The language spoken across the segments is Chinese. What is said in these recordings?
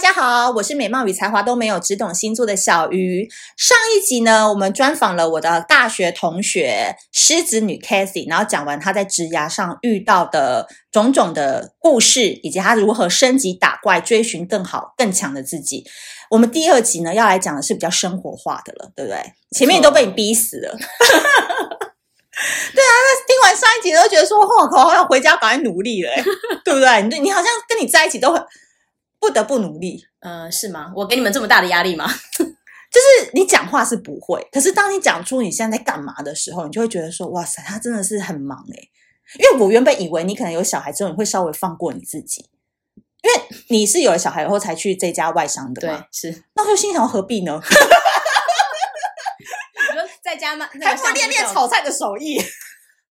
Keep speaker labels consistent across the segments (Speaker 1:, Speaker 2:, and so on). Speaker 1: 家好，我是美貌与才华都没有，只懂星座的小鱼。上一集呢，我们专访了我的大学同学狮子女 Cathy，然后讲完她在职涯上遇到的种种的故事，以及她如何升级打怪，追寻更好、更强的自己。我们第二集呢，要来讲的是比较生活化的了，对不对？前面都被你逼死了。对啊，那听完上一集都觉得说，我靠，要回家赶快努力了、欸，对不对？你你好像跟你在一起都很不得不努力，
Speaker 2: 呃，是吗？我给你们这么大的压力吗？
Speaker 1: 就是你讲话是不会，可是当你讲出你现在在干嘛的时候，你就会觉得说，哇塞，他真的是很忙哎、欸。因为我原本以为你可能有小孩之后，你会稍微放过你自己，因为你是有了小孩以后才去这家外商的嘛。
Speaker 2: 对，是。
Speaker 1: 那我就心想，何必呢？
Speaker 2: 你说在家吗？那
Speaker 1: 还
Speaker 2: 个
Speaker 1: 不如
Speaker 2: 相
Speaker 1: 练
Speaker 2: 机
Speaker 1: 练
Speaker 2: 照
Speaker 1: 炒菜的手艺。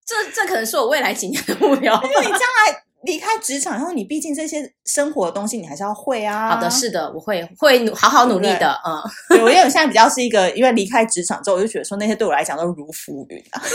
Speaker 2: 这这可能是我未来几年的目标吧。
Speaker 1: 因为你将来离开职场以后，你毕竟这些生活的东西你还是要会啊。
Speaker 2: 好的，是的，我会会努好好努力的。嗯，
Speaker 1: 对，我因为我现在比较是一个，因为离开职场之后，我就觉得说那些对我来讲都如浮云啊。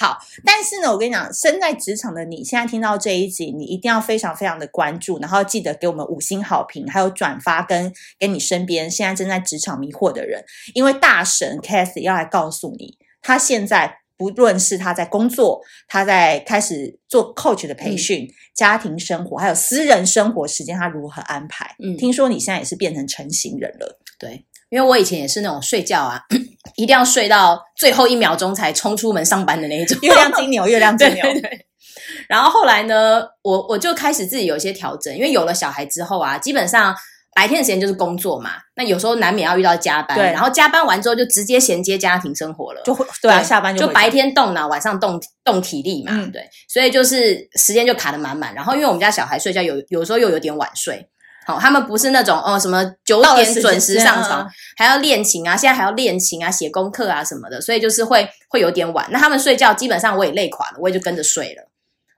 Speaker 1: 好，但是呢，我跟你讲，身在职场的你，现在听到这一集，你一定要非常非常的关注，然后记得给我们五星好评，还有转发跟给你身边现在正在职场迷惑的人，因为大神 Cathy 要来告诉你，他现在不论是他在工作，他在开始做 coach 的培训，家庭生活，还有私人生活时间，他如何安排？
Speaker 2: 嗯
Speaker 1: 听说你现在也是变成成型人了。
Speaker 2: 对，因为我以前也是那种睡觉啊， 一定要睡到最后一秒钟才冲出门上班的那一 种。
Speaker 1: 月亮金牛，月亮金
Speaker 2: 对
Speaker 1: 牛，
Speaker 2: 对对。 然后后来呢，我我就开始自己有一些调整，因为有了小孩之后啊，基本上白天的时间就是工作嘛，那有时候难免要遇到加班，
Speaker 1: 对
Speaker 2: 然后加班完之后就直接衔接家庭生活了。
Speaker 1: 就会对啊，下班
Speaker 2: 就
Speaker 1: 回家
Speaker 2: 白天动脑，晚上动动体力嘛，
Speaker 1: 嗯
Speaker 2: 对，所以就是时间就卡得满满。然后因为我们家小孩睡觉有有时候又有点晚睡，好、他们不是那种哦什么九
Speaker 1: 到了
Speaker 2: 点准时
Speaker 1: 间嗯
Speaker 2: 上床，还要练琴啊，现在还要练琴啊，写功课啊什么的，所以就是会会有点晚。那他们睡觉基本上我也累垮了，我也就跟着睡了，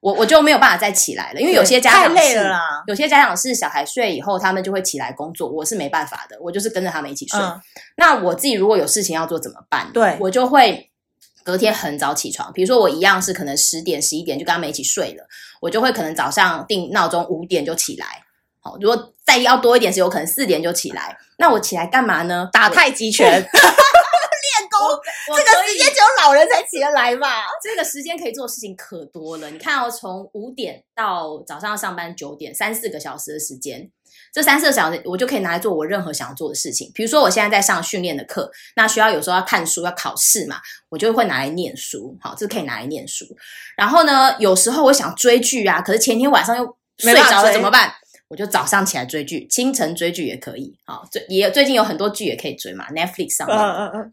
Speaker 2: 我我就没有办法再起来了，因为有些家
Speaker 1: 太
Speaker 2: 长
Speaker 1: 累
Speaker 2: 是
Speaker 1: 了啦。
Speaker 2: 有些家长是小孩睡以后，他们就会起来工作，我是没办法的，我就是跟着他们一起睡。
Speaker 1: 嗯，
Speaker 2: 那我自己如果有事情要做怎么办？
Speaker 1: 对
Speaker 2: 我就会隔天很早起床。比如说我一样是可能十点、十一点就跟他们一起睡了，我就会可能早上定闹钟五点就起来。好，如果再要多一点是有可能四点就起来。那我起来干嘛呢？
Speaker 1: 打太极 拳，练功，
Speaker 2: 我
Speaker 1: 这
Speaker 2: 可
Speaker 1: 个
Speaker 2: 以
Speaker 1: 时间只有老人才起得来吧？
Speaker 2: 这个时间可以做的事情可多了。你看哦，从五点到早上要上班九点，三四个小时的时间，这三四个小时我就可以拿来做我任何想要做的事情。比如说我现在在上训练的课，那需要有时候要看书、要考试嘛，我就会拿来念书。好，这可以拿来念书。然后呢，有时候我想追剧啊，可是前天晚上又
Speaker 1: 没
Speaker 2: 睡
Speaker 1: 办法
Speaker 2: 着
Speaker 1: 追
Speaker 2: 了，怎么办？我就早上起来追剧，清晨追剧也可以。好，最也最近有很多剧也可以追嘛，Netflix 上
Speaker 1: 嗯
Speaker 2: 面。
Speaker 1: 嗯嗯，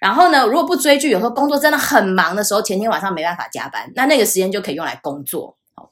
Speaker 2: 然后呢，如果不追剧，有时候工作真的很忙的时候，前天晚上没办法加班，那那个时间就可以用来工作。好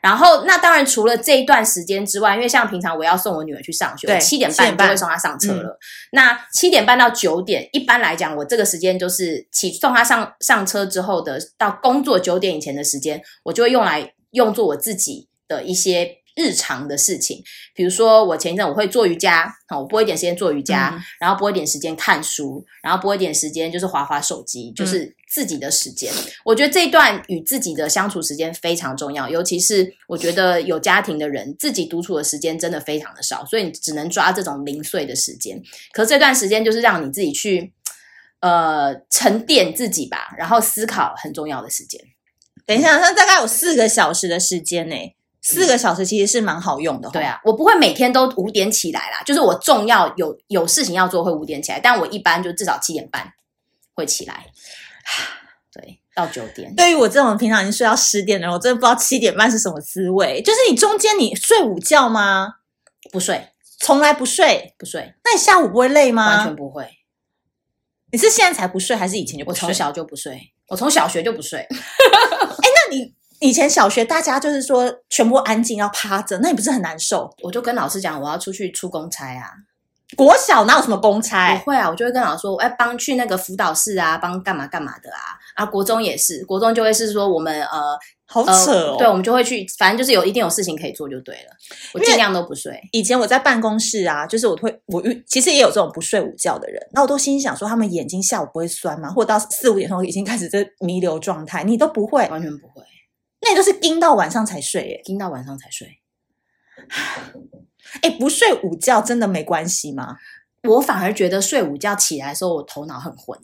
Speaker 2: 然后，那当然除了这一段时间之外，因为像平常我要送我女儿去上学，
Speaker 1: 对
Speaker 2: 我七点
Speaker 1: 7:30
Speaker 2: 半就嗯会送她上车了。那七点半到九点，一般来讲，我这个时间就是起送她上上车之后的到工作九点以前的时间，我就会用来用作我自己的一些日常的事情，比如说我前一阵我会做瑜伽，好，我拨一点时间做瑜伽，
Speaker 1: 嗯
Speaker 2: 然后拨一点时间看书，然后拨一点时间就是划划手机，就是自己的时间。我觉得这一段与自己的相处时间非常重要，尤其是我觉得有家庭的人，自己独处的时间真的非常的少，所以你只能抓这种零碎的时间。可是这段时间就是让你自己去。呃，沉淀自己吧，然后思考很重要的时间。
Speaker 1: 等一下，那大概有四个小时的时间呢，四个小时其实是蛮好用的。哦
Speaker 2: 对，啊，我不会每天都五点起来啦，就是我重要有有事情要做会五点起来，但我一般就至少七点半会起来， 对，到九点。
Speaker 1: 对于我这种平常已经睡到十点的人，我真的不知道七点半是什么滋味。就是你中间你睡午觉吗？
Speaker 2: 不睡
Speaker 1: 从来不睡，
Speaker 2: 不睡，
Speaker 1: 那你下午不会累
Speaker 2: 完全
Speaker 1: 吗？
Speaker 2: 不会。
Speaker 1: 你是现在才不睡，还是以前就不
Speaker 2: 我
Speaker 1: 睡？
Speaker 2: 从小就不睡，我从小学就不睡。
Speaker 1: 那你以前小学大家就是说全部安静要趴着，那你不是很难受？
Speaker 2: 我就跟老师讲我要出去出公差啊，
Speaker 1: 国小哪有什么公差？
Speaker 2: 不会啊，我就会跟老师说，哎，帮去那个辅导室啊，帮干嘛干嘛的啊。啊，国中也是，国中就会是说我们呃
Speaker 1: 好
Speaker 2: 呃
Speaker 1: 扯哦！
Speaker 2: 对，我们就会去，反正就是有一定有事情可以做就对了。我
Speaker 1: 因为
Speaker 2: 尽量都不睡。
Speaker 1: 以前我在办公室啊，就是我会我遇其实也有这种不睡午觉的人，那我都心想说他们眼睛下午不会酸吗？或者到四五点钟已经开始这弥留状态，你都不会，
Speaker 2: 完全不会，
Speaker 1: 那你都是盯到晚上才睡耶、
Speaker 2: 盯到晚上才睡。
Speaker 1: 哎，不睡午觉真的没关系吗？
Speaker 2: 我反而觉得睡午觉起来的时候，我头脑很混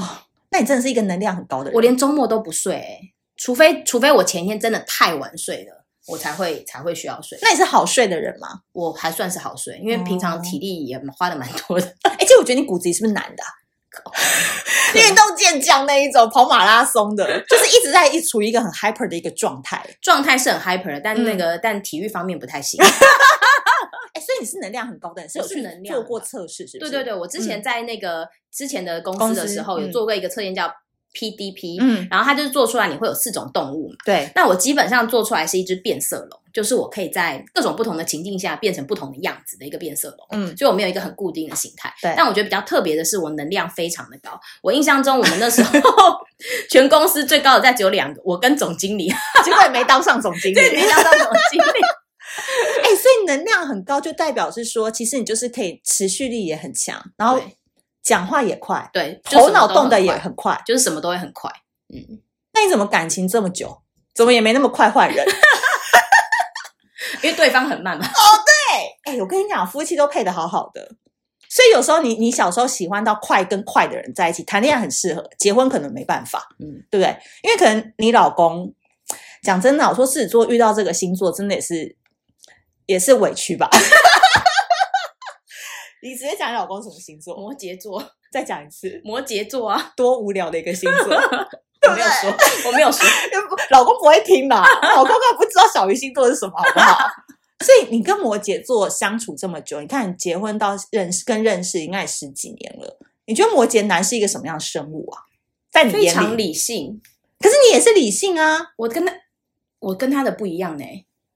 Speaker 1: 哦，那你真的是一个能量很高的人。
Speaker 2: 我连周末都不睡哎、除非除非我前一天真的太晚睡了，我才会才会需要睡。
Speaker 1: 那你是好睡的人吗？
Speaker 2: 我还算是好睡，因为平常
Speaker 1: 哦
Speaker 2: 体力也花的蛮多的。
Speaker 1: 哎，其实我觉得你骨子里是不是男的啊、 运动健将那一种，跑马拉松的，就是一直在一处于一个很 hyper 的一个状态。
Speaker 2: 状态是很 hyper 的，但那
Speaker 1: 嗯
Speaker 2: 个、但体育方面不太 行。
Speaker 1: 哎，所以你是能量很高的人，是有
Speaker 2: 我是
Speaker 1: 去
Speaker 2: 能量
Speaker 1: 做过测试，是不
Speaker 2: 对
Speaker 1: 是？
Speaker 2: 对对，我之前在那个、之前的公司
Speaker 1: 嗯公
Speaker 2: 的
Speaker 1: 司
Speaker 2: 时候，有
Speaker 1: 嗯
Speaker 2: 做过一个测验叫 PDP，、
Speaker 1: 嗯，
Speaker 2: 然后它就是做出来你会有四种动物嘛。
Speaker 1: 对，
Speaker 2: 那我基本上做出来是一只变色龙，就是我可以在各种不同的情境下变成不同的样子的一个变色龙。
Speaker 1: 嗯，
Speaker 2: 所以我没有一个很固定的形态。
Speaker 1: 对
Speaker 2: 但我觉得比较特别的是，我能量非常的高。我印象中，我们那 时候全公司最高的在只有两个，我跟总经理，
Speaker 1: 结果也没当上总经理。
Speaker 2: 对，没想到总经理。
Speaker 1: 哎、所以能量很高，就代表是说，其实你就是可以持续力也很强，然后
Speaker 2: 对
Speaker 1: 讲话也快，
Speaker 2: 对，就
Speaker 1: 头
Speaker 2: 什么
Speaker 1: 脑
Speaker 2: 都
Speaker 1: 动的
Speaker 2: 很
Speaker 1: 也
Speaker 2: 快，
Speaker 1: 很快。
Speaker 2: 就是什么都会很快。嗯，
Speaker 1: 那你怎么感情这么久？怎么也没那么快 换人？
Speaker 2: 因为对方很慢嘛。
Speaker 1: 哎、我跟你讲，夫妻都配的好好的，所以有时候你你小时候喜欢到快跟快的人在一起，谈恋爱很适合，结婚可能没办法，
Speaker 2: 嗯，
Speaker 1: 对不对？因为可能你老公，讲真的啊，我说狮子座遇到这个星座，真的也是也是委屈吧。 你直接讲你老公什么星座，
Speaker 2: 摩羯座，
Speaker 1: 再讲一次。
Speaker 2: 摩羯座啊，
Speaker 1: 多无聊的一个星 座，
Speaker 2: 我没有说，我没 有说，
Speaker 1: 老公不会听啦，老公根本不知道小鱼星座是什么，好不好？ 所以你跟摩羯座相处这么久，你看你结婚到认识跟认识应该也十几年了，你觉得摩羯男是一个什么样的生物啊？在你
Speaker 2: 非
Speaker 1: 眼
Speaker 2: 常
Speaker 1: 里，
Speaker 2: 理性。
Speaker 1: 可是你也是理性啊，
Speaker 2: 我跟他，我跟他的不一样呢、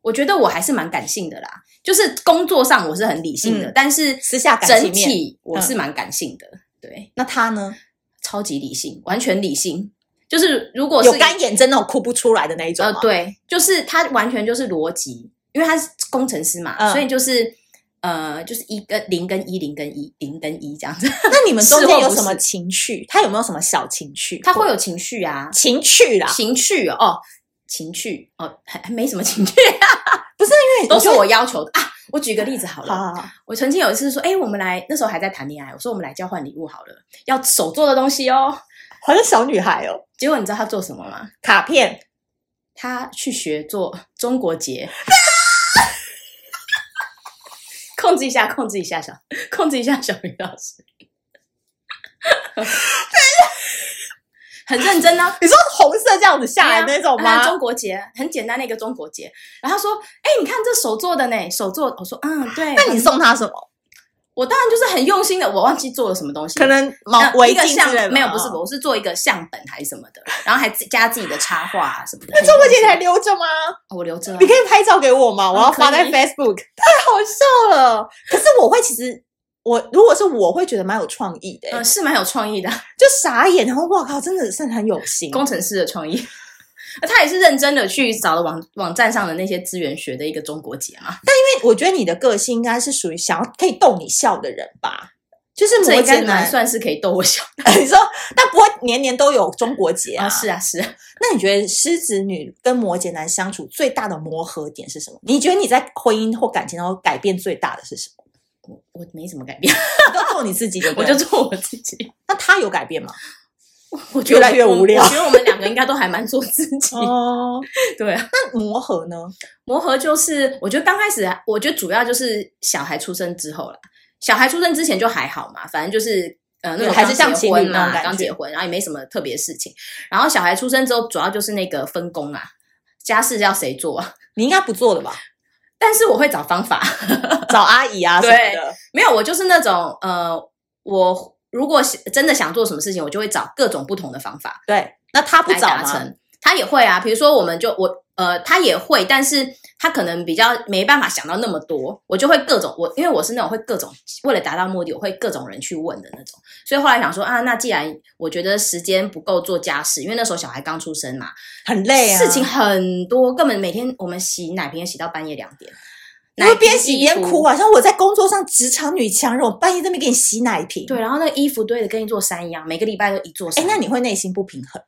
Speaker 2: 我觉得我还是蛮感性的啦，就是工作上我是很理性的，
Speaker 1: 嗯
Speaker 2: 但是
Speaker 1: 私下感
Speaker 2: 整
Speaker 1: 情面嗯
Speaker 2: 体我是蛮感性的，对，
Speaker 1: 那他呢？
Speaker 2: 超级理性，完全理性。就是如果是
Speaker 1: 有干啊眼症那种哭不出来的那一种
Speaker 2: 呃
Speaker 1: 吗？，
Speaker 2: 对，就是他完全就是逻辑，因为他是工程师嘛，
Speaker 1: 嗯
Speaker 2: 所以就是呃，就是一跟零跟一，零跟一，零跟一这样子。
Speaker 1: 那你们中
Speaker 2: 是
Speaker 1: 间
Speaker 2: 或
Speaker 1: 有
Speaker 2: 不
Speaker 1: 什么
Speaker 2: 是
Speaker 1: 情绪？他有没有什么小情绪？
Speaker 2: 他会有情绪啊，
Speaker 1: 情趣啦，
Speaker 2: 情趣哦，哦情趣哦，还还没什么情趣，
Speaker 1: 因为
Speaker 2: 都是
Speaker 1: 觉得
Speaker 2: 我要求的啊。我举个例子好了，
Speaker 1: 好好好，
Speaker 2: 我曾经有一次说，哎、我们来那时候还在谈恋爱，我说我们来交换礼物好了，要手做的东西哦。
Speaker 1: 好像小女孩哦，
Speaker 2: 结果你知道他做什么吗？
Speaker 1: 卡片。
Speaker 2: 他去学做中国结。 控制一下，控制一下小，控制一下小鱼老师。很认真呢、啊，
Speaker 1: 你说红色这样子下来那种
Speaker 2: 对啊
Speaker 1: 吗？
Speaker 2: 啊中国结很简单的一个中国结，然后他说：“哎、你看这手做的呢，手做。”我说：“嗯，对。”
Speaker 1: 那你送他什么？
Speaker 2: 我当然就是很用心的，我忘记做了什么东西，
Speaker 1: 可能毛
Speaker 2: 呃
Speaker 1: 围
Speaker 2: 一个
Speaker 1: 巾
Speaker 2: 相
Speaker 1: 之类的吗
Speaker 2: 没有，不是，我是做一个相本还是什么的，然后还自加自己的插画啊什么的。
Speaker 1: 那中国结你还留着吗？
Speaker 2: 哦我留 着啊
Speaker 1: 你可以拍照给我吗？我要
Speaker 2: 嗯可以
Speaker 1: 发在 Facebook，太 好笑了。可是我会，其实我如果是我会觉得蛮有创意的、欸
Speaker 2: 呃，是蛮有创意的，
Speaker 1: 就傻眼，然后哇靠，真的是很有心。
Speaker 2: 工程师的创意。 呃他也是认真的去找了网网站上的那些资源学的一个中国结嘛，
Speaker 1: 因为我觉得你的个性应该是属于想要可以逗你笑的人吧，就是摩
Speaker 2: 这应该
Speaker 1: 羯
Speaker 2: 蛮
Speaker 1: 男。
Speaker 2: 算是可以逗我笑
Speaker 1: 你说，但不会年年都有中国结啊？
Speaker 2: 啊，是啊是啊，
Speaker 1: 那你觉得狮子女跟摩羯男相处最大的磨合点是什么？你觉得你在婚姻或感情当中改变最大的是什么？
Speaker 2: 我我没什么改变，
Speaker 1: 你都做你自己的，
Speaker 2: 我就做我自己，
Speaker 1: 那他有改 变吗？
Speaker 2: 我觉得
Speaker 1: 越来越
Speaker 2: 我
Speaker 1: 无聊
Speaker 2: 我觉得我们两个应该都还蛮做自 己，
Speaker 1: 哦，
Speaker 2: 对啊，
Speaker 1: 那磨合呢？
Speaker 2: 磨合就是，我觉得刚开始，我觉得主要就是小孩出生之后啦。小孩出生之前就还好嘛，反正就是呃那
Speaker 1: 对
Speaker 2: 种
Speaker 1: 还是像
Speaker 2: 刚结婚
Speaker 1: 情侣那
Speaker 2: 嘛
Speaker 1: 种，感觉
Speaker 2: 刚结婚，然后也没什么特别事情。然后小孩出生之后，主要就是那个分工啊，家事要谁做啊？
Speaker 1: 你应该不做了吧？
Speaker 2: 但是我会找方法，
Speaker 1: 找阿姨啊什
Speaker 2: 对
Speaker 1: 么的。
Speaker 2: 没有，我就是那种呃，我如果想真的想做什么事情，我就会找各种不同的方法。
Speaker 1: 对，那他不
Speaker 2: 来
Speaker 1: 找
Speaker 2: 达
Speaker 1: 吗？
Speaker 2: 成。他也会啊，比如说我们就我呃，他也会，但是他可能比较没办法想到那么多，我就会各种我，因为我是那种会各种为了达到目的，我会各种人去问的那种。所以后来想说啊，那既然我觉得时间不够做家事，因为那时候小孩刚出生嘛，
Speaker 1: 很累啊，
Speaker 2: 事情很多，根本每天我们洗奶瓶洗到半夜两点，
Speaker 1: 你
Speaker 2: 奶
Speaker 1: 会
Speaker 2: 瓶
Speaker 1: 边洗边哭
Speaker 2: 啊。
Speaker 1: 啊。像我在工作上职场女强人，我半夜在那边给你洗奶瓶。
Speaker 2: 对，，然后那个衣服堆的跟一座山一样，每个礼拜都一座山。
Speaker 1: 哎，那你会内心不平衡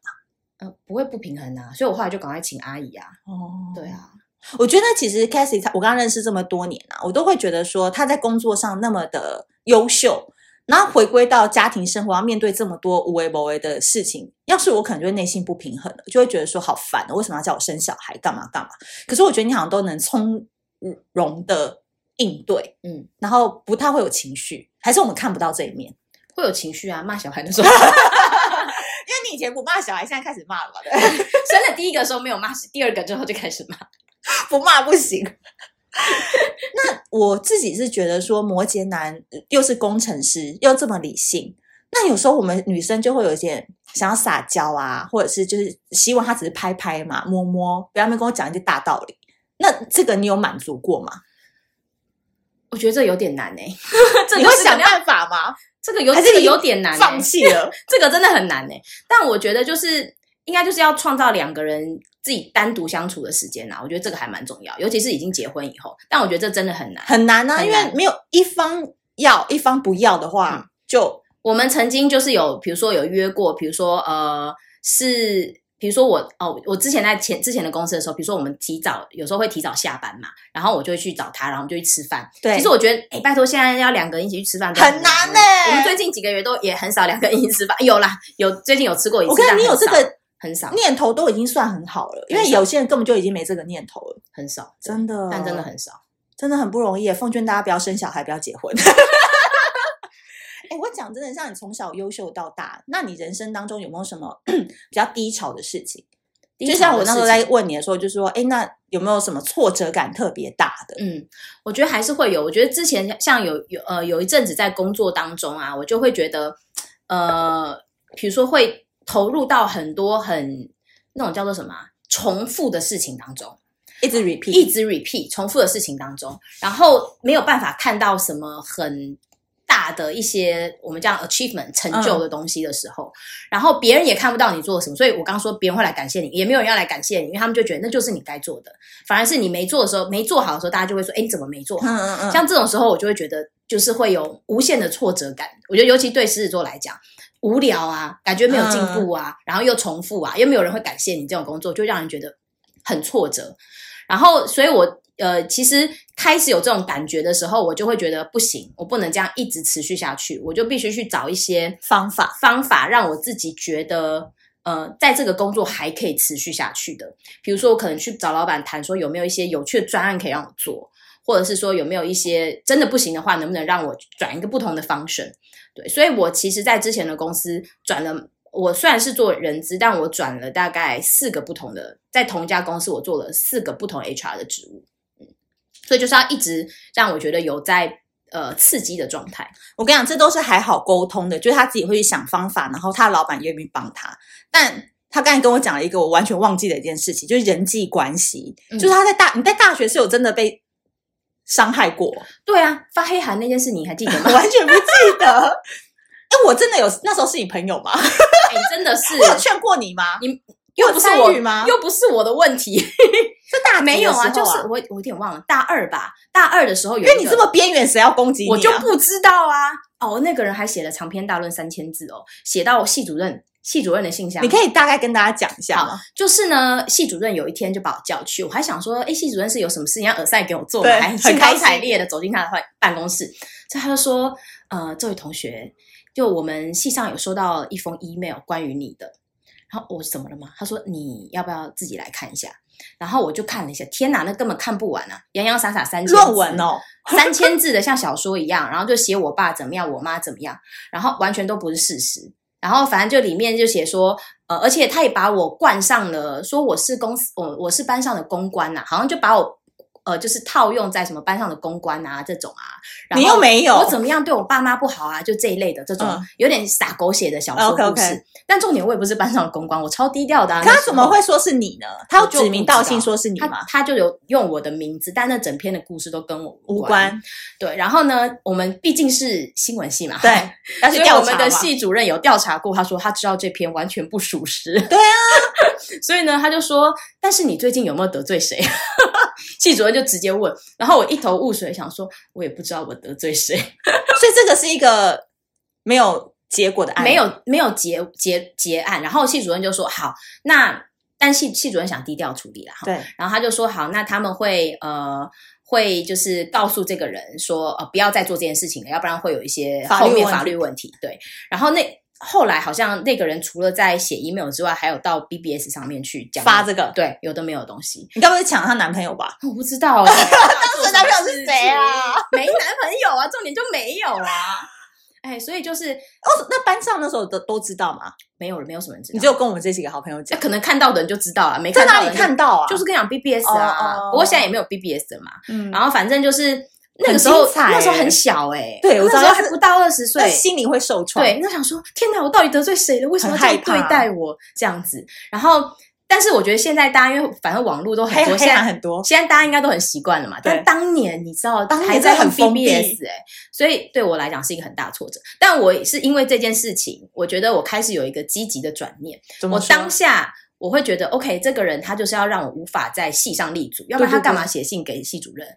Speaker 2: 呃不会不平衡啊，所以我后来就赶快请阿姨啊，
Speaker 1: 哦
Speaker 2: 对，啊，
Speaker 1: 我觉得其实 Cassie，她我跟她认识这么多年啊，我都会觉得说她在工作上那么的优秀，然后回归到家庭生活，要面对这么多无为不为的事情，要是我可能就会内心不平衡了，就会觉得说好烦哦，为什么要叫我生小孩，干嘛干嘛？可是我觉得你好像都能从容的应对，
Speaker 2: 嗯，
Speaker 1: 然后不太会有情绪，还是我们看不到这一面？
Speaker 2: 会有情绪啊，骂小孩的 时候，
Speaker 1: 因为你以前不骂小孩，现在开始骂了嘛，对
Speaker 2: 生了第一个的时候没有骂，第二个之后就开始骂。
Speaker 1: 不骂不行。 那我自己是觉得说，摩羯男呃又是工程师，又这么理性，那有时候我们女生就会有一点想要撒娇啊，或者是就是希望他只是拍拍嘛、摸摸，不要没跟我讲一句大道理。那这个你有满足过吗？
Speaker 2: 我觉得这有点难哎、 这
Speaker 1: 你
Speaker 2: 个
Speaker 1: 会
Speaker 2: 是
Speaker 1: 想
Speaker 2: 可能要
Speaker 1: 办法吗？
Speaker 2: 这个有
Speaker 1: 还是
Speaker 2: 这个
Speaker 1: 你
Speaker 2: 有点难、欸，
Speaker 1: 放弃了，
Speaker 2: 这个真的很难哎、但我觉得就是应该就是要创造两个人自己单独相处的时间啦。啊我觉得这个还蛮重要，尤其是已经结婚以后。但我觉得这真的很难。
Speaker 1: 很难啊，
Speaker 2: 很
Speaker 1: 因
Speaker 2: 难
Speaker 1: 为没有一方要，一方不要的话，
Speaker 2: 嗯
Speaker 1: 就
Speaker 2: 我们曾经就是有，比如说有约过，比如说呃是。比如说我哦，我之前在前之前的公司的时候，比如说我们提早有时候会提早下班嘛，然后我就会去找他，然后我们就去吃饭。
Speaker 1: 对
Speaker 2: 其实我觉得，哎、拜托，现在要两个人一起去吃饭嗯
Speaker 1: 很难欸呢、
Speaker 2: 我们最近几个月都也很少两个人一起吃饭，有啦，有最近有吃过一次，
Speaker 1: 我看
Speaker 2: 但
Speaker 1: 你有
Speaker 2: 很
Speaker 1: 这
Speaker 2: 少
Speaker 1: 个
Speaker 2: 很少
Speaker 1: 念头都已经算很好了，因为
Speaker 2: 很少
Speaker 1: 有些人根本就已经没这个念头了，
Speaker 2: 很少，
Speaker 1: 真的，
Speaker 2: 但真的很少。
Speaker 1: 真的很不容易耶，奉劝大家不要生小孩，不要结婚。 哎、我讲真的，像你从小优秀到大，那你人生当中有没有什么 比较低潮的事情？
Speaker 2: 就
Speaker 1: 就像我那时候在，问你的时候，就说，哎、那有没有什么挫折感特别大的？
Speaker 2: 嗯，我觉得还是会有。我觉得之前像有有呃有一阵子在工作当中啊，我就会觉得呃，比如说会投入到很多很那种叫做什么啊、重复的事情当中，
Speaker 1: 一直 repeat，
Speaker 2: 一直 repeat 重复的事情当中，然后没有办法看到什么很。大的一些我们这样 achievement 成就的东西的时候，然后别人也看不到你做了什么，所以我刚说别人会来感谢你，也没有人要来感谢你，因为他们就觉得那就是你该做的，反而是你没做的时候，没做好的时候，大家就会说，哎，你怎么没做好？
Speaker 1: 嗯嗯嗯，
Speaker 2: 像这种时候，我就会觉得就是会有无限的挫折感。我觉得尤其对狮子座来讲，无聊啊，感觉没有进步啊，
Speaker 1: 嗯
Speaker 2: 然后又重复啊，又没有人会感谢你这种工作，就让人觉得很挫折。然后，所以我呃，其实开始有这种感觉的时候，我就会觉得不行，我不能这样一直持续下去，我就必须去找一些
Speaker 1: 方法，
Speaker 2: 方法让我自己觉得，呃，在这个工作还可以持续下去的。比如说，我可能去找老板谈说有没有一些有趣的专案可以让我做，或者是说有没有一些真的不行的话，能不能让我转一个不同的 function？对，所以我其实，在之前的公司转了。我虽然是做人资，但我转了大概四个不同的，在同一家公司，我做了四个不同 HR 的职务，嗯，所以就是要一直让我觉得有在呃刺激的状态。
Speaker 1: 我跟你讲，这都是还好沟通的，就是他自己会去想方法，然后他老板愿意帮他。但他刚才跟我讲了一个我完全忘记的一件事情，就是人际关系，
Speaker 2: 嗯
Speaker 1: 就是他在大你在大学是有真的被伤害过。
Speaker 2: 对啊，发黑函那件事你还记得吗
Speaker 1: 我？ 完全不记得。 哎、我真的有那时候是你朋友吗？
Speaker 2: 哎、真的是，
Speaker 1: 我有劝过你吗？
Speaker 2: 你
Speaker 1: 有
Speaker 2: 又不是
Speaker 1: 参
Speaker 2: 我
Speaker 1: 与吗？
Speaker 2: 又不是我的问题，
Speaker 1: 是大
Speaker 2: 没有啊，
Speaker 1: 啊，
Speaker 2: 就是我我有点忘了，大二吧，大二的时候有一
Speaker 1: 因
Speaker 2: 个，
Speaker 1: 为你这么边缘，谁要攻击你、啊？
Speaker 2: 我就不知道啊。哦，那个人还写了长篇大论三千字哦，写到系主任系主任的信箱。
Speaker 1: 你可以大概跟大家讲一下吗？
Speaker 2: 就是呢，系主任有一天就把我叫去，我还想说，哎，系主任是有什么事情要耳塞给我做吗，
Speaker 1: 对
Speaker 2: 还
Speaker 1: 很
Speaker 2: 兴
Speaker 1: 开
Speaker 2: 高
Speaker 1: 心
Speaker 2: 采烈的走进他的办办公室，所以他就说，呃，这位同学，就我们系上有收到一封 email 关于你的，然后我说怎么了吗？他说你要不要自己来看一下？然后我就看了一下，天哪，那根本看不完啊，洋洋洒洒三千字
Speaker 1: 论文哦，
Speaker 2: 三千字的像小说一样，然后就写我爸怎么样，我妈怎么样，然后完全都不是事实。然后反正就里面就写说，呃，而且他也把我冠上了，说我是公司，我我是班上的公关呐、好像就把我，呃，就是套用在什么班上的公关啊这种啊。然后
Speaker 1: 你又没有
Speaker 2: 我怎么样对我爸妈不好啊，就这一类的这种、
Speaker 1: 嗯哦
Speaker 2: 有点撒狗血的小说故事。
Speaker 1: OK，OK
Speaker 2: 但重点我也不是班上的公关，我超低调的、啊。
Speaker 1: 可
Speaker 2: 那
Speaker 1: 他
Speaker 2: 时
Speaker 1: 怎么
Speaker 2: 候
Speaker 1: 会说是你呢？他有
Speaker 2: 我就不
Speaker 1: 指名道姓说是你
Speaker 2: 他
Speaker 1: 吗？
Speaker 2: 他就有用我的名字，但那整篇的故事都跟我
Speaker 1: 无关，
Speaker 2: 对，然后呢，我们毕竟是新闻系嘛，
Speaker 1: 对，要去
Speaker 2: 所以我
Speaker 1: 调查
Speaker 2: 们
Speaker 1: 嘛
Speaker 2: 的系主任有调查过，他说他知道这篇完全不属实。
Speaker 1: 对啊，
Speaker 2: 所以呢，他就说，但是你最近有没有得罪谁？ 系主任就直接问，然后我一头雾水，想说我也不知道我得罪谁，
Speaker 1: 所以这个是一个没有结果的案例，
Speaker 2: 没有没有结结结案。然后系主任就说好，那。但系系主任想低调处理啦，哈
Speaker 1: 对，
Speaker 2: 然后他就说好，那他们会呃会就是告诉这个人说呃不要再做这件事情了，要不然会有一些
Speaker 1: 法律
Speaker 2: 后面
Speaker 1: 问
Speaker 2: 法
Speaker 1: 题
Speaker 2: 律问题。对，然后那后来好像那个人除了在写 email 之外，还有到 BBS 上面去讲
Speaker 1: 发这个
Speaker 2: 对有的没有的东西，
Speaker 1: 你该不会抢她男朋友吧？
Speaker 2: 我不 知道、欸，当
Speaker 1: 时男朋友是谁啊？
Speaker 2: 没男朋友啊，重点就没有啊。哎，所以就是
Speaker 1: 哦，那班上那时候都都知道嘛，
Speaker 2: 没有了，没有什么人知道。
Speaker 1: 你只有跟我们这几个好朋友
Speaker 2: 那
Speaker 1: 讲，
Speaker 2: 可能看到的人就知道了，没
Speaker 1: 在
Speaker 2: 看
Speaker 1: 哪
Speaker 2: 到的
Speaker 1: 里
Speaker 2: 人就
Speaker 1: 看到啊？
Speaker 2: 就是跟你讲 BBS 啊
Speaker 1: 哦哦
Speaker 2: 不过现在也没有 BBS 的嘛。
Speaker 1: 嗯，
Speaker 2: 然后反正就是那个时候
Speaker 1: 很，精彩
Speaker 2: 那时候很小哎、欸，
Speaker 1: 对我知
Speaker 2: 那
Speaker 1: 道
Speaker 2: 时候还不到二十
Speaker 1: 那
Speaker 2: 岁。
Speaker 1: 心里会受创。
Speaker 2: 对，，那想说，天哪，我到底得罪谁了？为什么要这样
Speaker 1: 很害
Speaker 2: 对
Speaker 1: 怕
Speaker 2: 待我这样子？然后，但是我觉得现在大家因为反正网络都很
Speaker 1: 黑
Speaker 2: 多，
Speaker 1: 黑
Speaker 2: 现在
Speaker 1: 啊暗很多，
Speaker 2: 现在大家应该都很习惯了嘛。
Speaker 1: 对
Speaker 2: 但当年你知道，
Speaker 1: 当年
Speaker 2: 还在
Speaker 1: 真的很
Speaker 2: 用
Speaker 1: 封闭
Speaker 2: BBS 哎、所以对我来讲是一个很大挫折。但我是因为这件事情，我觉得我开始有一个积极的转念。
Speaker 1: 怎么
Speaker 2: 我
Speaker 1: 说
Speaker 2: 当下我会觉得，OK，这个人他就是要让我无法在系上立足，要不然
Speaker 1: 对对
Speaker 2: 他
Speaker 1: 对
Speaker 2: 干嘛写信给系主任？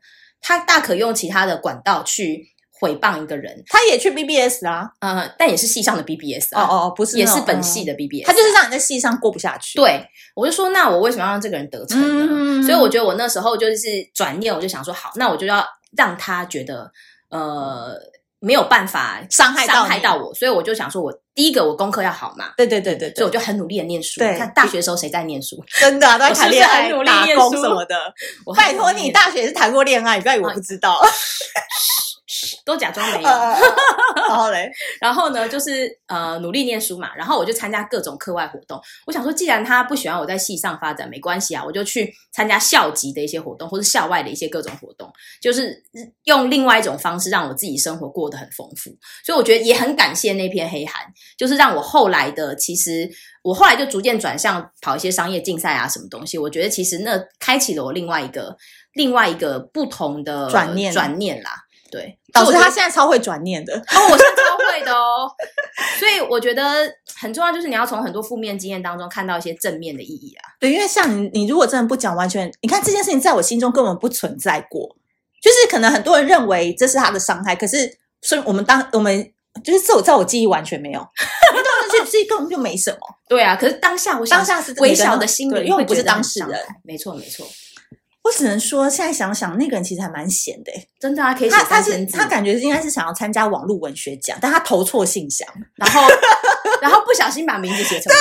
Speaker 2: 他大可用其他的管道去诽谤一个人，
Speaker 1: 他也去 BBS 啦、
Speaker 2: 呃，但也是系上的 BBS
Speaker 1: 啊，
Speaker 2: 啊，
Speaker 1: 哦哦，不是
Speaker 2: 也
Speaker 1: 那
Speaker 2: 是
Speaker 1: 种
Speaker 2: 本
Speaker 1: 嗯
Speaker 2: 系的 BBS，、
Speaker 1: 他就是让你在戏上过不下去。，
Speaker 2: 对我就说，那我为什么要让这个人得逞呢？
Speaker 1: 嗯
Speaker 2: 所以我觉得我那时候就是转念，我就想说，好，那我就要让他觉得，呃。没有办法
Speaker 1: 伤害到
Speaker 2: 伤害
Speaker 1: 你
Speaker 2: 到我，所以我就想说我，第一个我功课要好嘛，
Speaker 1: 对对对对
Speaker 2: 所以
Speaker 1: 对
Speaker 2: 我，就很努力的念书。
Speaker 1: 对
Speaker 2: 看大学时候谁在念书，
Speaker 1: 真的、啊、都在
Speaker 2: 我是
Speaker 1: 谈
Speaker 2: 不
Speaker 1: 恋
Speaker 2: 是很
Speaker 1: 爱、
Speaker 2: 努力
Speaker 1: 打
Speaker 2: 念
Speaker 1: 工
Speaker 2: 书
Speaker 1: 什么的。
Speaker 2: 我很
Speaker 1: 拜托
Speaker 2: 努
Speaker 1: 你，
Speaker 2: 力地
Speaker 1: 大学是谈过恋爱，你不要以为我不知道。
Speaker 2: 都假装没有。
Speaker 1: 呃 然后嘞，
Speaker 2: 然后呢，就是呃努力念书嘛，然后我就参加各种课外活动。我想说，既然他不喜欢我在系上发展，没关系啊，我就去参加校级的一些活动，或是校外的一些各种活动，就是用另外一种方式让我自己生活过得很丰富。所以我觉得也很感谢那篇黑函，就是让我后来的其实。我后来就逐渐转向跑一些商业竞赛啊，什么东西？我觉得其实那开启了我另外一个另外一个不同的
Speaker 1: 转念
Speaker 2: 转念啦。对，
Speaker 1: 导致
Speaker 2: 所以我觉得
Speaker 1: 他现在超会转念的。
Speaker 2: 哦，我是超会的哦。 所以我觉得很重要，就是你要从很多负面经验当中看到一些正面的意义啊。
Speaker 1: 对，因为像你，你如果真的不讲，完全你看这件事情在我心中根本不存在过。就是可能很多人认为这是他的伤害，可是所以我们当我们就是在我在我记忆完全没有，因为当时就自己根本就没什么。
Speaker 2: 对啊，可是当下我想
Speaker 1: 当下是
Speaker 2: 微小的心
Speaker 1: 对
Speaker 2: 灵，
Speaker 1: 因为我
Speaker 2: 会
Speaker 1: 不是
Speaker 2: 觉得很
Speaker 1: 当事
Speaker 2: 伤
Speaker 1: 人
Speaker 2: 害，没错没错，
Speaker 1: 我只能说，现在想想，那个人其实还蛮闲的欸、
Speaker 2: 真的啊，可以写
Speaker 1: 他他
Speaker 2: 三
Speaker 1: 是
Speaker 2: 千字
Speaker 1: 他，感觉应该是想要参加网络文学奖，但他投错信箱，
Speaker 2: 然后 然后不小心把名字写成
Speaker 1: 啊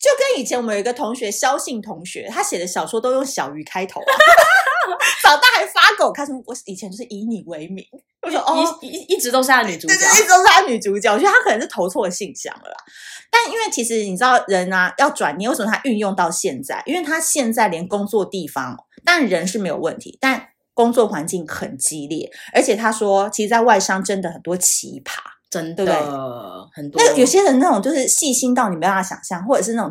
Speaker 1: 就跟以前我们有一个同学萧信同学，他写的小说都用小鱼开头、啊， 长大还发狗，他说我以前就是以你为名，我说哦。
Speaker 2: 一一一直都是他的女主
Speaker 1: 对
Speaker 2: 角
Speaker 1: 对，，一直都是他女主角，我觉得他可能是投错信箱了啦。但因为其实你知道，人啊要转念，为什么他运用到现在？因为他现在连工作地方，但人是没有问题，但工作环境很激烈，而且他说，其实，在外商真的很多奇葩。
Speaker 2: 真
Speaker 1: 对不对
Speaker 2: 的很多。
Speaker 1: 那有些人那种就是细心到你没办法想象，或者是那种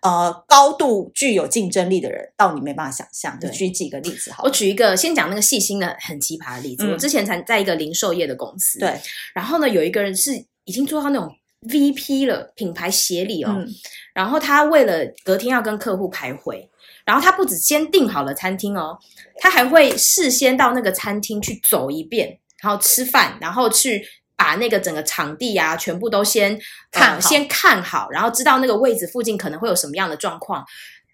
Speaker 1: 呃高度具有竞争力的人，到你没办法想象。
Speaker 2: 对
Speaker 1: 你举几个例子好
Speaker 2: 我
Speaker 1: 了？
Speaker 2: 举一个，先讲那个细心的很奇葩的例子。
Speaker 1: 嗯
Speaker 2: 我之前才在一个零售业的公司，
Speaker 1: 对，
Speaker 2: 然后呢，有一个人是已经做到那种 VP 了，品牌协理哦，
Speaker 1: 嗯，
Speaker 2: 然后他为了隔天要跟客户开会，然后他不止先订好了餐厅哦，他还会事先到那个餐厅去走一遍，然后吃饭，然后去把那个整个场地啊全部都先呃
Speaker 1: 看好
Speaker 2: 先看好，然后知道那个位置附近可能会有什么样的状况。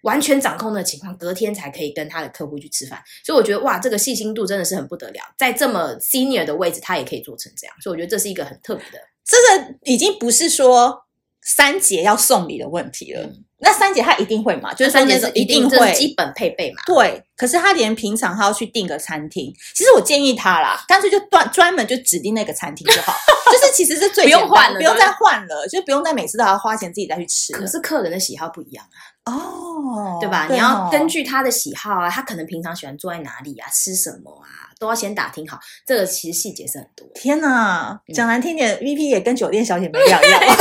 Speaker 2: 完全掌控的情况，隔天才可以跟他的客户去吃饭，所以我觉得哇，这个细心度真的是很不得了，在这么 senior 的位置，他也可以做成这样，所以我觉得这是一个很特别的。
Speaker 1: 这个已经不是说三姐要送礼的问题了。
Speaker 2: 嗯
Speaker 1: 那三姐她一定会嘛？就是
Speaker 2: 三
Speaker 1: 三
Speaker 2: 件
Speaker 1: 姐
Speaker 2: 是
Speaker 1: 一定
Speaker 2: 这
Speaker 1: 会
Speaker 2: 是基本配备嘛，
Speaker 1: 对，可是她连平常她要去订个餐厅，其实我建议她 啦，干脆就专专门就指定那个餐厅就好，就是其实是最
Speaker 2: 不用
Speaker 1: 简单
Speaker 2: 换了
Speaker 1: 不用
Speaker 2: 对不对
Speaker 1: 再换了，就不用再每次都要花钱自己再去吃了
Speaker 2: 可是客人的喜好不一样。
Speaker 1: 哦，
Speaker 2: 对吧？你要
Speaker 1: 哦
Speaker 2: 根据他的喜好啊，他可能平常喜欢坐在哪里啊，吃什么啊，都要先打听好。这个其实细节是很多的。
Speaker 1: 天哪，
Speaker 2: 嗯
Speaker 1: 讲难听点，VP 也跟酒店小姐没两 样，要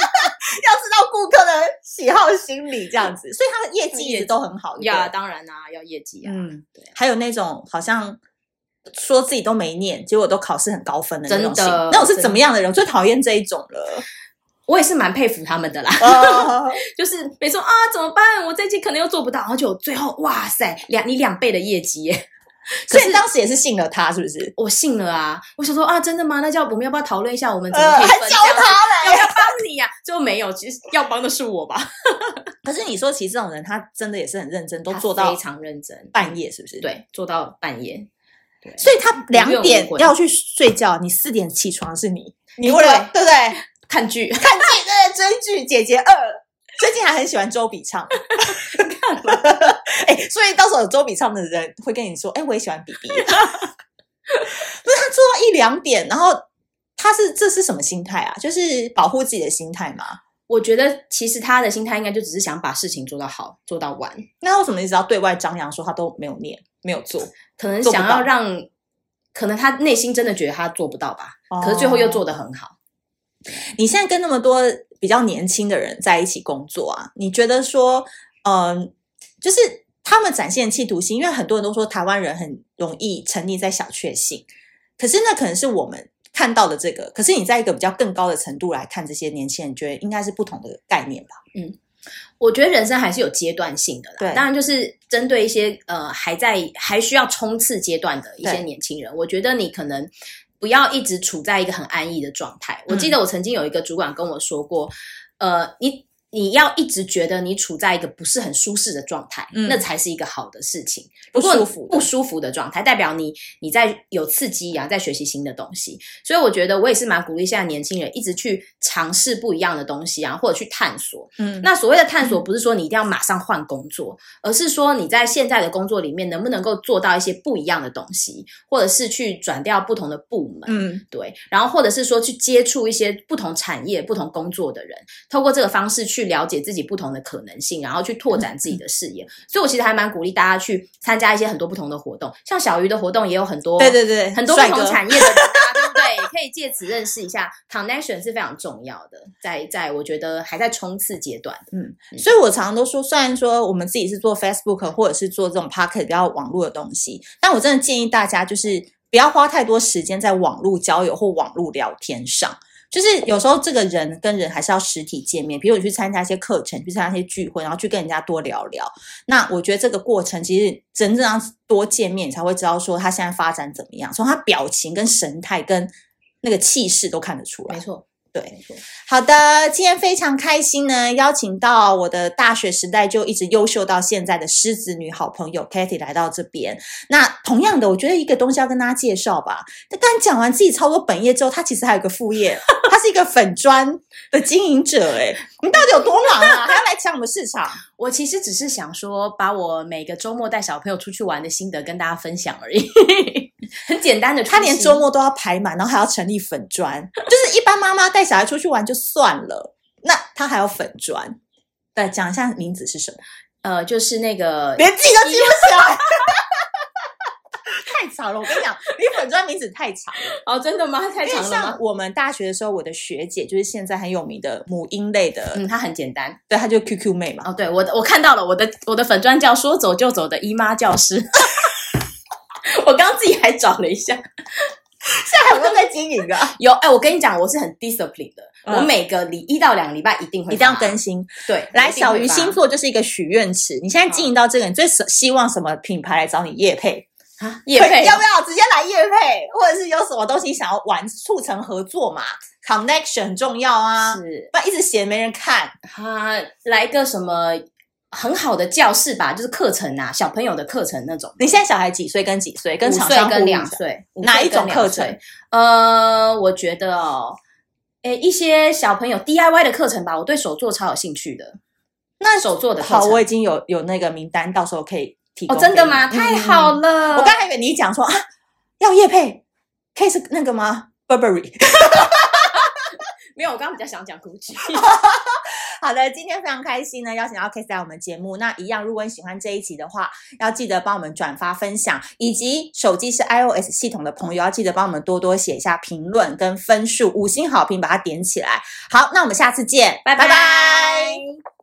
Speaker 1: 知道顾客的喜好心理这样子，所以他的业绩一直都很好。
Speaker 2: 要啊，
Speaker 1: 对
Speaker 2: 当然啦、要业绩
Speaker 1: 不对
Speaker 2: 啊，
Speaker 1: 嗯
Speaker 2: 对，
Speaker 1: 还有那种好像说自己都没念，结果都考试很高分的那种
Speaker 2: 真
Speaker 1: 型
Speaker 2: 的，
Speaker 1: 那我是怎么样的人？我最讨厌这一种 了。
Speaker 2: 我也是蛮佩服他们的啦。
Speaker 1: 哦
Speaker 2: 就是每次说啊，怎么办？我这期可能又做不到，而且我最后哇塞，两你两倍的业绩耶， 可
Speaker 1: 所以
Speaker 2: 是
Speaker 1: 你当时也是信了他，是不是？
Speaker 2: 我信了啊，我想说啊，真的吗？那叫我们要不要讨论一下，我们怎么
Speaker 1: 呃，
Speaker 2: 可以
Speaker 1: 还
Speaker 2: 分
Speaker 1: 教
Speaker 2: 这样子？
Speaker 1: 他
Speaker 2: 要
Speaker 1: 嘞
Speaker 2: 不。要帮你 呀、就没有，其实要帮的是我吧。
Speaker 1: 可是你说，其实这种人他真的也是很认真，都
Speaker 2: 他
Speaker 1: 做到
Speaker 2: 非常认真，
Speaker 1: 半夜，是不是？。
Speaker 2: 对，做到半夜。对，
Speaker 1: 所以他两点
Speaker 2: 无怨无悔
Speaker 1: 要去睡觉，你四点起床是你，你为
Speaker 2: 对
Speaker 1: 了哎对不对？
Speaker 2: 看剧
Speaker 1: 看剧对追剧《姐姐二》，最近还很喜欢周笔畅。 哎、所以到时候有周笔畅的人会跟你说：“哎、我也喜欢 B B。” 不是他做到一两点，然后他是这是什么心态啊？就是保护自己的心态嘛。
Speaker 2: 我觉得其实他的心态应该就只是想把事情做到好，做到完，
Speaker 1: 那为什么一直要对外张扬说他都没有念、没有做？
Speaker 2: 可能
Speaker 1: 做不到
Speaker 2: 想要让，可能他内心真的觉得他做不到吧，可是最后
Speaker 1: 哦
Speaker 2: 又做得很好。
Speaker 1: 你现在跟那么多比较年轻的人在一起工作啊，你觉得说，嗯、就是他们展现企图心，因为很多人都说台湾人很容易沉溺在小确幸，可是那可能是我们看到的这个，可是你在一个比较更高的程度来看这些年轻人，觉得应该是不同的概念吧？
Speaker 2: 我觉得人生还是有阶段性的啦。
Speaker 1: 对
Speaker 2: 当然就是针对一些呃还在还需要冲刺阶段的一些
Speaker 1: 对
Speaker 2: 年轻人，我觉得你可能。不要一直处在一个很安逸的状态。我记
Speaker 1: 嗯
Speaker 2: 得我曾经有一个主管跟我说过，呃，你你要一直觉得你处在一个不是很舒适的状态，
Speaker 1: 嗯
Speaker 2: 那才是一个好的事情。
Speaker 1: 不
Speaker 2: 如果
Speaker 1: 舒
Speaker 2: 你
Speaker 1: 服的
Speaker 2: 不舒服的状态，代表你你在有刺激呀、在学习新的东西。所以我觉得我也是蛮鼓励现在年轻人一直去尝试不一样的东西啊，或者去探索。
Speaker 1: 嗯
Speaker 2: 那所谓的探索，不是说你一定要马上换工作，而是说你在现在的工作里面能不能够做到一些不一样的东西，或者是去转调不同的部门，
Speaker 1: 嗯，
Speaker 2: 对，然后或者是说去接触一些不同产业、不同工作的人，透过这个方式去了解自己不同的可能性，然后去拓展自己的视野。所以我其实还蛮鼓励大家去参加一些很多不同的活动，像小鱼的活动也有很多，
Speaker 1: 对对对，
Speaker 2: 很多不
Speaker 1: 帅
Speaker 2: 同
Speaker 1: 哥
Speaker 2: 产业的人 啊，对不对？也可以借此认识一下 connection 是非常重要的，在在我觉得还在冲刺阶段的。
Speaker 1: 所以我常常都说，虽然说我们自己是做 Facebook 或者是做这种 Pocket 比较网络的东西，但我真的建议大家就是不要花太多时间在网络交友或网络聊天上。就是有时候这个人跟人还是要实体见面，比如你去参加一些课程，去参加一些聚会，然后去跟人家多聊聊。那我觉得这个过程其实真正要多见面，你才会知道说他现在发展怎么样，从他表情跟神态跟那个气势都看得出来
Speaker 2: 没。错，
Speaker 1: 对，
Speaker 2: 没错，
Speaker 1: 好的，今天非常开心呢，邀请到我的大学时代就一直优秀到现在的狮子女好朋友 Kathy 来到这边。那同样的，我觉得一个东西要跟大家介绍吧。她刚讲完自己操作本业之后，她其实还有一个副业，她是一个粉砖的经营者、欸。哎，你到底有多忙啊？还要来抢我们市场？
Speaker 2: 我其实只是想说，把我每个周末带小朋友出去玩的心得跟大家分享而已， 很简单的初心。
Speaker 1: 她连周末都要排满，然后还要成立粉砖，就是一般妈妈带小孩出去玩就算了，那她还有粉砖。对，讲一下名字是什么。
Speaker 2: 呃，就是那个
Speaker 1: 连自己都记不起来。 太长了，我跟你讲，你粉专名字太长了。
Speaker 2: 哦，真的吗？太
Speaker 1: 因为
Speaker 2: 长了
Speaker 1: 像
Speaker 2: 吗？
Speaker 1: 我们大学的时候，我的学姐就是现在很有名的母婴类的，
Speaker 2: 嗯，它很简单
Speaker 1: 对，她就 QQ 妹 嘛。
Speaker 2: 哦。对我的，我看到了我的我的粉砖叫说走就走的姨妈教师， 我刚刚自己还找了一下，
Speaker 1: 现在还有没有在经营 啊？
Speaker 2: 有，哎、我跟你讲，我是很 discipline 的，
Speaker 1: 嗯
Speaker 2: 我每个礼一到两个礼拜一定会
Speaker 1: 一定要
Speaker 2: 发
Speaker 1: 更新。
Speaker 2: 对。
Speaker 1: 来，
Speaker 2: 一定会
Speaker 1: 小鱼
Speaker 2: 发
Speaker 1: 星座就是一个许愿池。你现在经营到这个，你最希望什么品牌来找你叶配？
Speaker 2: 啊，也配
Speaker 1: 要不要直接来叶配？或者是有什么东西想要玩促成合作嘛？Connection 很重要啊，
Speaker 2: 是
Speaker 1: 不然一直写没人看。
Speaker 2: 啊，来个什么很好的教室吧，就是课程啊，小朋友的课程那种。
Speaker 1: 你现在小孩几岁？跟几岁？跟
Speaker 2: 五
Speaker 1: 厂
Speaker 2: 岁
Speaker 1: 商呼
Speaker 2: 跟
Speaker 1: 吁一
Speaker 2: 两
Speaker 1: 下
Speaker 2: 岁，五
Speaker 1: 哪
Speaker 2: 岁
Speaker 1: 一
Speaker 2: 跟
Speaker 1: 种
Speaker 2: 两
Speaker 1: 课
Speaker 2: 岁
Speaker 1: 程？
Speaker 2: 呃，我觉得哦，诶，一些小朋友 DIY 的课程吧，我对手作超有兴趣的。那手作的课
Speaker 1: 好，
Speaker 2: 程，
Speaker 1: 我已经有有那个名单，到时候可以提供
Speaker 2: 哦，
Speaker 1: 给
Speaker 2: 真
Speaker 1: 你。
Speaker 2: 的吗？太好
Speaker 1: 了！
Speaker 2: 了！
Speaker 1: 我刚才以为你讲说啊，要叶配，可以是那个吗？Burberry。
Speaker 2: 没有，我刚刚比较想讲 GUCCI。
Speaker 1: 好的，今天非常开心呢，邀请到 K 来我们节目。那一样，如果你喜欢这一集的话，要记得帮我们转发分享，以及手机是 iOS 系统的朋友，要记得帮我们多多写一下评论跟分数，五星好评把它点起来。好，那我们下次见，
Speaker 2: 拜
Speaker 1: 拜
Speaker 2: 拜
Speaker 1: 拜